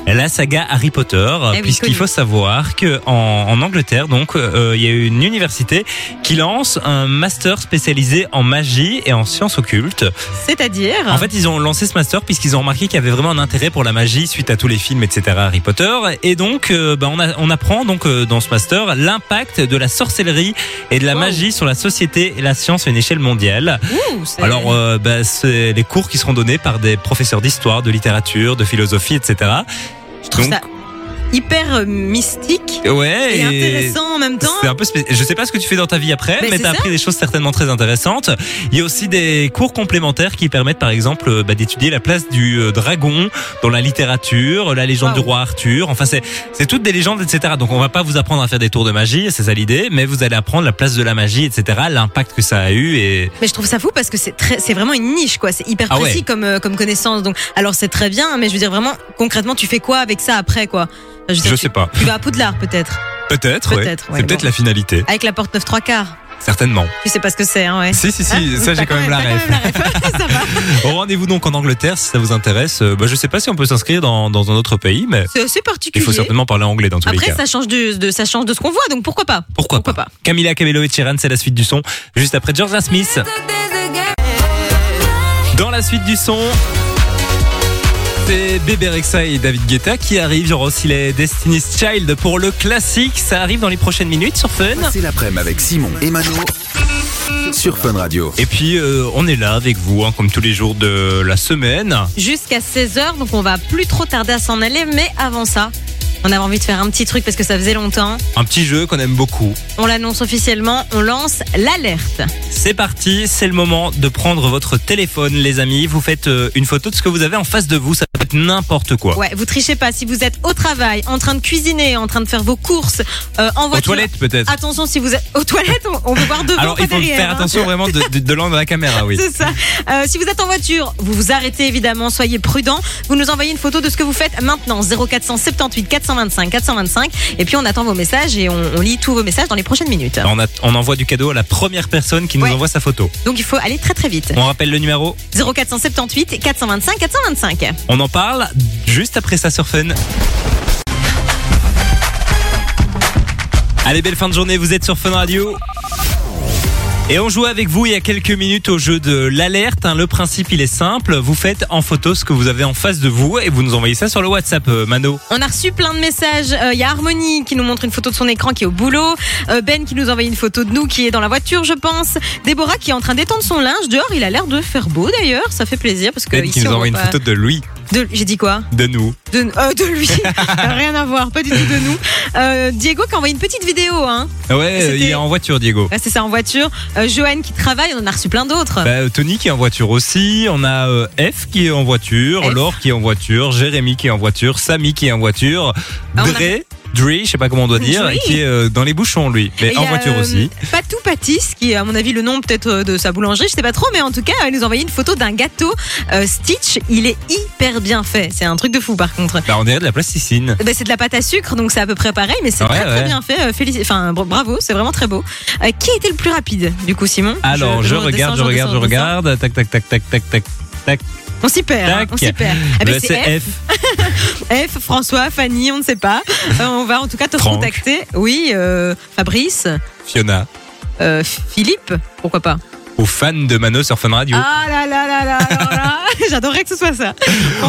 Speaker 3: La saga Harry Potter,
Speaker 1: Eh oui,
Speaker 3: puisqu'il
Speaker 1: connue.
Speaker 3: faut savoir que en, en Angleterre, donc, euh, il y a une université qui lance un master spécialisé en magie et en sciences occultes.
Speaker 1: C'est-à-dire
Speaker 3: En fait, ils ont lancé ce master puisqu'ils ont remarqué qu'il y avait vraiment un intérêt pour la magie suite à tous les films, etc. Harry Potter. Et donc, euh, bah, on, a- on apprend donc euh, dans ce master l'impact de la sorcellerie et de la
Speaker 1: Wow.
Speaker 3: magie sur la société et la science à une échelle mondiale.
Speaker 1: Ouh, c'est-
Speaker 3: Alors, euh, bah, c'est les cours qui seront donnés par des professeurs d'histoire, de littérature, de philosophie, etc.
Speaker 1: je trouve
Speaker 3: donc,
Speaker 1: ça hyper euh, mystique
Speaker 3: Ouais.
Speaker 1: et intéressant en même temps.
Speaker 3: C'est un peu spécial. Je sais pas ce que tu fais dans ta vie après,
Speaker 1: Mais
Speaker 3: mais
Speaker 1: c'est
Speaker 3: t'as
Speaker 1: ça.
Speaker 3: appris des choses certainement très intéressantes. Il y a aussi des cours complémentaires qui permettent, par exemple, euh, bah, d'étudier la place du euh, dragon dans la littérature, la légende
Speaker 1: Wow.
Speaker 3: du roi Arthur. Enfin, c'est, c'est toutes des légendes, etc. Donc, on va pas vous apprendre à faire des tours de magie, c'est ça l'idée, mais vous allez apprendre la place de la magie, etc., l'impact que ça a eu et
Speaker 1: Mais je trouve ça fou parce que c'est très, c'est vraiment une niche, quoi. C'est hyper
Speaker 3: Ah ouais.
Speaker 1: précis comme, euh, comme connaissance. Donc, alors c'est très bien, mais je veux dire vraiment, concrètement, tu fais quoi avec ça après, quoi veux dire,
Speaker 3: je
Speaker 1: tu-
Speaker 3: sais pas.
Speaker 1: Tu vas à Poudlard, peut-être,
Speaker 3: Peut-être, ouais.
Speaker 1: Peut-être, ouais,
Speaker 3: C'est peut-être
Speaker 1: bon.
Speaker 3: la finalité,
Speaker 1: avec la porte 9 3 quarts.
Speaker 3: certainement.
Speaker 1: Tu sais pas ce que c'est, hein, ouais.
Speaker 3: Si, si, si,
Speaker 1: Hein
Speaker 3: ça j'ai
Speaker 1: T'as
Speaker 3: quand même la
Speaker 1: t'as
Speaker 3: ref.
Speaker 1: ref. Ça va.
Speaker 3: Au rendez-vous donc en Angleterre si ça vous intéresse. Euh, bah, je sais pas si on peut s'inscrire dans, dans un autre pays, mais
Speaker 1: C'est assez particulier.
Speaker 3: il faut certainement parler anglais dans tous les
Speaker 1: Après,
Speaker 3: cas.
Speaker 1: ça change de, de- ça change de ce qu'on voit, donc pourquoi pas
Speaker 3: Pourquoi,
Speaker 1: pourquoi
Speaker 3: pas.
Speaker 1: pas.
Speaker 3: Camila Cabello et Chiran, c'est la suite du son. Juste après Georgia Smith. Dans la suite du son. C'est Bébé Rexha et David Guetta qui arrivent. Il y aura aussi les Destiny's Child pour le classique. Ça arrive dans les prochaines minutes sur Fun.
Speaker 6: C'est l'après-midi avec Simon et Mano sur Fun Radio.
Speaker 3: Et puis, euh, on est là avec vous, hein, comme tous les jours de la semaine.
Speaker 1: Jusqu'à 16h, donc on va plus trop tarder à s'en aller, mais avant ça, on avait envie de faire un petit truc parce que ça faisait longtemps.
Speaker 3: Un petit jeu qu'on aime beaucoup.
Speaker 1: On l'annonce officiellement, on lance l'alerte.
Speaker 3: C'est parti, c'est le moment de prendre votre téléphone, les amis. Vous faites euh, une photo de ce que vous avez en face de vous. Ça peut être n'importe quoi.
Speaker 1: Ouais, vous trichez pas. Si vous êtes au travail, en train de cuisiner, en train de faire vos courses, euh, en
Speaker 3: Aux
Speaker 1: voiture.
Speaker 3: toilettes, peut-être.
Speaker 1: Attention, si vous êtes aux toilettes, on, on peut voir devant,
Speaker 3: Alors,
Speaker 1: pas
Speaker 3: il faut
Speaker 1: derrière.
Speaker 3: faire
Speaker 1: hein.
Speaker 3: attention vraiment de, de, de l'angle de la caméra, oui.
Speaker 1: C'est ça. Euh, si vous êtes en voiture, vous vous arrêtez évidemment, soyez prudent. Vous nous envoyez une photo de ce que vous faites maintenant 0478 425 425 et puis on attend vos messages et on, on lit tous vos messages dans les prochaines minutes.
Speaker 3: On, a- on envoie du cadeau à la première personne qui nous
Speaker 1: Ouais.
Speaker 3: envoie sa photo.
Speaker 1: Donc il faut aller très très vite.
Speaker 3: On rappelle le numéro,
Speaker 1: 0478 425 425.
Speaker 3: on en parle juste après ça sur Fun. Allez, belle fin de journée, vous êtes sur Fun Radio. Et on jouait avec vous il y a quelques minutes au jeu de l'alerte. hein. Le principe, il est simple. Vous faites en photo ce que vous avez en face de vous et vous nous envoyez ça sur le WhatsApp, euh, Mano.
Speaker 1: On a reçu plein de messages. Euh, Il y a Harmonie qui nous montre une photo de son écran qui est au boulot. Euh, ben qui nous envoie une photo de nous qui est dans la voiture, je pense. Déborah qui est en train d'étendre son linge dehors. Il a l'air de faire beau d'ailleurs. Ça fait plaisir parce que
Speaker 3: Ben
Speaker 1: Euh, ici
Speaker 3: qui nous
Speaker 1: on
Speaker 3: envoie une
Speaker 1: voit pas-
Speaker 3: photo de lui,
Speaker 1: de- J'ai dit quoi
Speaker 3: de nous.
Speaker 1: de, euh, de lui. Rien à voir, pas du tout de nous. Euh, Diego qui a envoyé une petite vidéo. Hein.
Speaker 3: Ah Ouais, euh, il
Speaker 1: C'était-
Speaker 3: est en voiture, Diego.
Speaker 1: Ouais, C'est ça en voiture. Euh, Johan qui travaille. On en a reçu plein d'autres.
Speaker 3: Bah, euh, Tony qui est en voiture aussi, on a euh, F qui est en voiture,
Speaker 1: F.
Speaker 3: Laure qui est en voiture, Jérémy qui est en voiture, Samy qui est en voiture,
Speaker 1: Ah, on a-
Speaker 3: Dre, Dre, je sais pas comment on doit dire,
Speaker 1: Dre.
Speaker 3: qui est euh, dans les bouchons lui, mais
Speaker 1: Et
Speaker 3: en
Speaker 1: il y a,
Speaker 3: voiture
Speaker 1: euh,
Speaker 3: aussi.
Speaker 1: Patou Patisse, qui est à mon avis le nom peut-être euh, de sa boulangerie, je sais pas trop, mais en tout cas, elle nous a envoyé une photo d'un gâteau euh, Stitch. Il est hyper bien fait. C'est un truc de fou par contre.
Speaker 3: Bah, on dirait de la plasticine.
Speaker 1: Eh ben, c'est de la pâte à sucre, donc c'est à peu près pareil, mais c'est
Speaker 3: Ouais,
Speaker 1: très très
Speaker 3: ouais.
Speaker 1: bien fait. Euh, félici- Enfin, bra- bravo, c'est vraiment très beau. Euh, qui a été le plus rapide, du coup, Simon
Speaker 3: Alors, je, regarde, je
Speaker 1: redescends,
Speaker 3: regarde, je
Speaker 1: redescends,
Speaker 3: regarde, tac, tac, tac, tac, tac, tac.
Speaker 1: redescends. On s'y perd, hein,
Speaker 3: Tac.
Speaker 1: on s'y perd. Eh ben,
Speaker 3: Bah,
Speaker 1: Ah, c'est
Speaker 3: c'est
Speaker 1: F,
Speaker 3: F.
Speaker 1: F, François, Fanny, on ne sait pas. Euh, on va en tout cas te
Speaker 3: Franck.
Speaker 1: contacter. Oui, euh, Fabrice,
Speaker 3: Fiona,
Speaker 1: euh, Philippe, pourquoi pas
Speaker 3: aux fans de Mano sur Fun Radio.
Speaker 1: Ah là là là là, alors là, j'adorerais que ce soit ça. te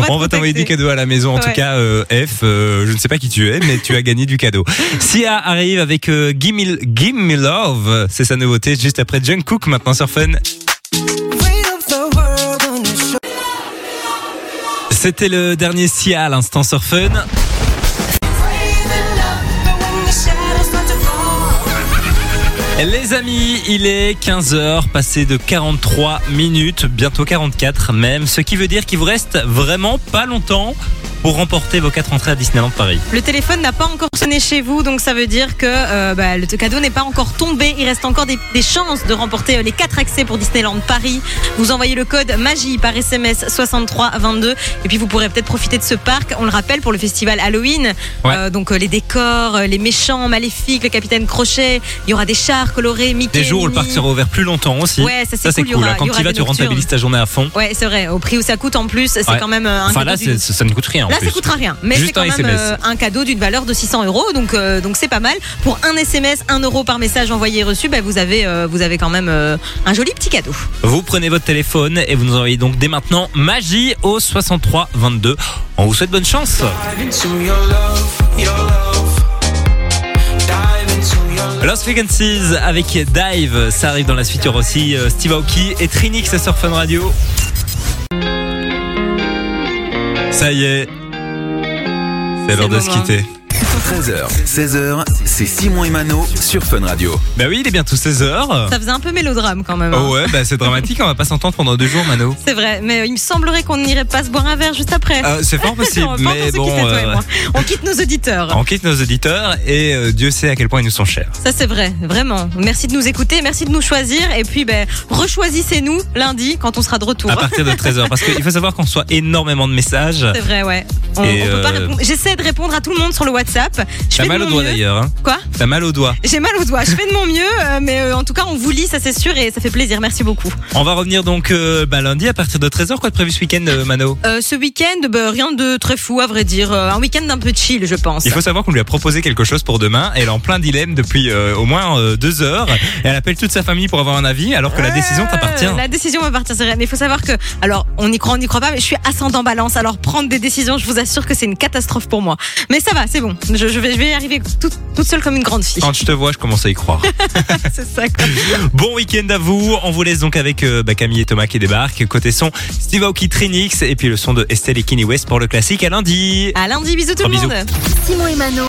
Speaker 3: On va t'envoyer du
Speaker 1: contacter.
Speaker 3: cadeau à la maison. En tout
Speaker 1: Ouais.
Speaker 3: cas, euh, F, euh, je ne sais pas qui tu es, mais tu as gagné du cadeau. Sia arrive avec euh, Gimme Gimme Love, c'est sa nouveauté, juste après Jungkook maintenant sur Fun. C'était le dernier Sia à l'instant sur Fun. Les amis, il est 15h, passé de 43 minutes, bientôt 44 même, ce qui veut dire qu'il vous reste vraiment pas longtemps pour remporter vos quatre entrées à Disneyland Paris.
Speaker 1: Le téléphone n'a pas encore sonné chez vous, donc ça veut dire que euh, bah, le cadeau n'est pas encore tombé. Il reste encore des, des chances de remporter euh, les quatre accès pour Disneyland Paris. Vous envoyez le code MAGIE par SMS 6322 et puis vous pourrez peut-être profiter de ce parc. On le rappelle pour le festival Halloween.
Speaker 3: Ouais.
Speaker 1: Euh, donc euh, les décors, euh, les méchants maléfiques, le capitaine Crochet, il y aura des chars colorés, Mickey.
Speaker 3: Des jours où le
Speaker 1: Minnie.
Speaker 3: parc sera ouvert plus longtemps aussi.
Speaker 1: Ouais, ça, c'est cool, il y
Speaker 3: cool.
Speaker 1: aura-
Speaker 3: hein.
Speaker 1: il y
Speaker 3: Quand
Speaker 1: aura
Speaker 3: tu y vas,
Speaker 1: des
Speaker 3: tu
Speaker 1: nocturnes.
Speaker 3: rentabilises ta journée à fond.
Speaker 1: Ouais, c'est vrai. Au prix où ça coûte en plus, c'est
Speaker 3: Ouais.
Speaker 1: quand même euh, un
Speaker 3: Enfin là,
Speaker 1: cadeau d'une-
Speaker 3: c'est- ça ne coûte rien. en
Speaker 1: Là,
Speaker 3: plus.
Speaker 1: ça coûtera rien, mais
Speaker 3: Juste
Speaker 1: c'est quand
Speaker 3: un
Speaker 1: même
Speaker 3: SMS.
Speaker 1: euh, un cadeau d'une valeur de 600 euros, donc euh, donc c'est pas mal. Pour un SMS, 1 euro par message envoyé et reçu, bah, vous avez euh, vous avez quand même euh, un joli petit cadeau.
Speaker 3: Vous prenez votre téléphone et vous nous envoyez donc dès maintenant Magie au 63 22. On vous souhaite bonne chance. Lost Frequencies avec Dive, ça arrive dans la suite. Il y aura aussi euh, Steve Aoki et Trinix sur Fun Radio. Ça y est, c'est l'heure
Speaker 1: le
Speaker 3: de se
Speaker 1: moment.
Speaker 3: quitter.
Speaker 6: 13h, 16h, c'est Simon et Mano sur Fun Radio.
Speaker 3: Bah oui, il est bientôt 16h.
Speaker 1: Ça faisait un peu mélodrame quand même. hein.
Speaker 3: Ah. Oh ouais, bah c'est dramatique, on va pas s'entendre pendant deux jours, Mano.
Speaker 1: C'est vrai, mais il me semblerait qu'on n'irait pas se boire un verre juste après.
Speaker 3: Euh, c'est fort possible,
Speaker 1: Ah, on, va pas
Speaker 3: mais
Speaker 1: encore se
Speaker 3: bon,
Speaker 1: quitter, toi et
Speaker 3: euh,
Speaker 1: moi. on quitte nos auditeurs.
Speaker 3: on quitte nos auditeurs et euh, Dieu sait à quel point ils nous sont chers.
Speaker 1: Ça c'est vrai, vraiment. Merci de nous écouter, merci de nous choisir et puis ben rechoisissez-nous lundi quand on sera de retour.
Speaker 3: À partir de 13h, parce qu'il faut savoir qu'on reçoit énormément de messages.
Speaker 1: C'est vrai, ouais. On,
Speaker 3: Et,
Speaker 1: on peut pas
Speaker 3: euh,
Speaker 1: répondre. J'essaie de répondre à tout le monde sur le WhatsApp. Je
Speaker 3: T'as
Speaker 1: fais
Speaker 3: mal
Speaker 1: de
Speaker 3: au
Speaker 1: mon
Speaker 3: doigt
Speaker 1: mieux.
Speaker 3: d'ailleurs, hein.
Speaker 1: Quoi
Speaker 3: T'as mal au doigt.
Speaker 1: J'ai mal au doigt. Je fais de mon mieux, euh, mais euh, en tout cas, on vous lit, ça c'est sûr, et ça fait plaisir. Merci beaucoup.
Speaker 3: On va revenir donc euh, bah, lundi à partir de 13h. Quoi de prévu ce week-end, euh, Mano
Speaker 1: Euh, ce week-end, bah, rien de très fou à vrai dire. Euh, Un week-end un peu chill, je pense.
Speaker 3: Il faut savoir qu'on lui a proposé quelque chose pour demain. Elle est en plein dilemme depuis euh, au moins euh, deux heures. Et elle appelle toute sa famille pour avoir un avis, alors que la décision t'appartient.
Speaker 1: Euh, La décision m'appartient, c'est vrai. Mais il faut savoir que, alors, on y croit, on n'y croit pas, mais je suis ascendant balance. Alors, prendre des décisions, je vous assure que c'est une catastrophe pour moi. Mais ça va, c'est bon. Je, je vais, je vais y arriver toute- toute seule comme une grande fille.
Speaker 3: Quand je te vois, je commence à y croire.
Speaker 1: c'est ça, quoi.
Speaker 3: Bon week-end à vous. On vous laisse donc avec euh, bah, Camille et Thomas qui débarquent. Côté son, Steve Aoki, Trinix et puis le son de Estelle et Kenny West pour le classique à lundi.
Speaker 1: À lundi, bisous tout
Speaker 3: Oh,
Speaker 1: le
Speaker 3: bisous.
Speaker 1: monde.
Speaker 5: Simon et Mano.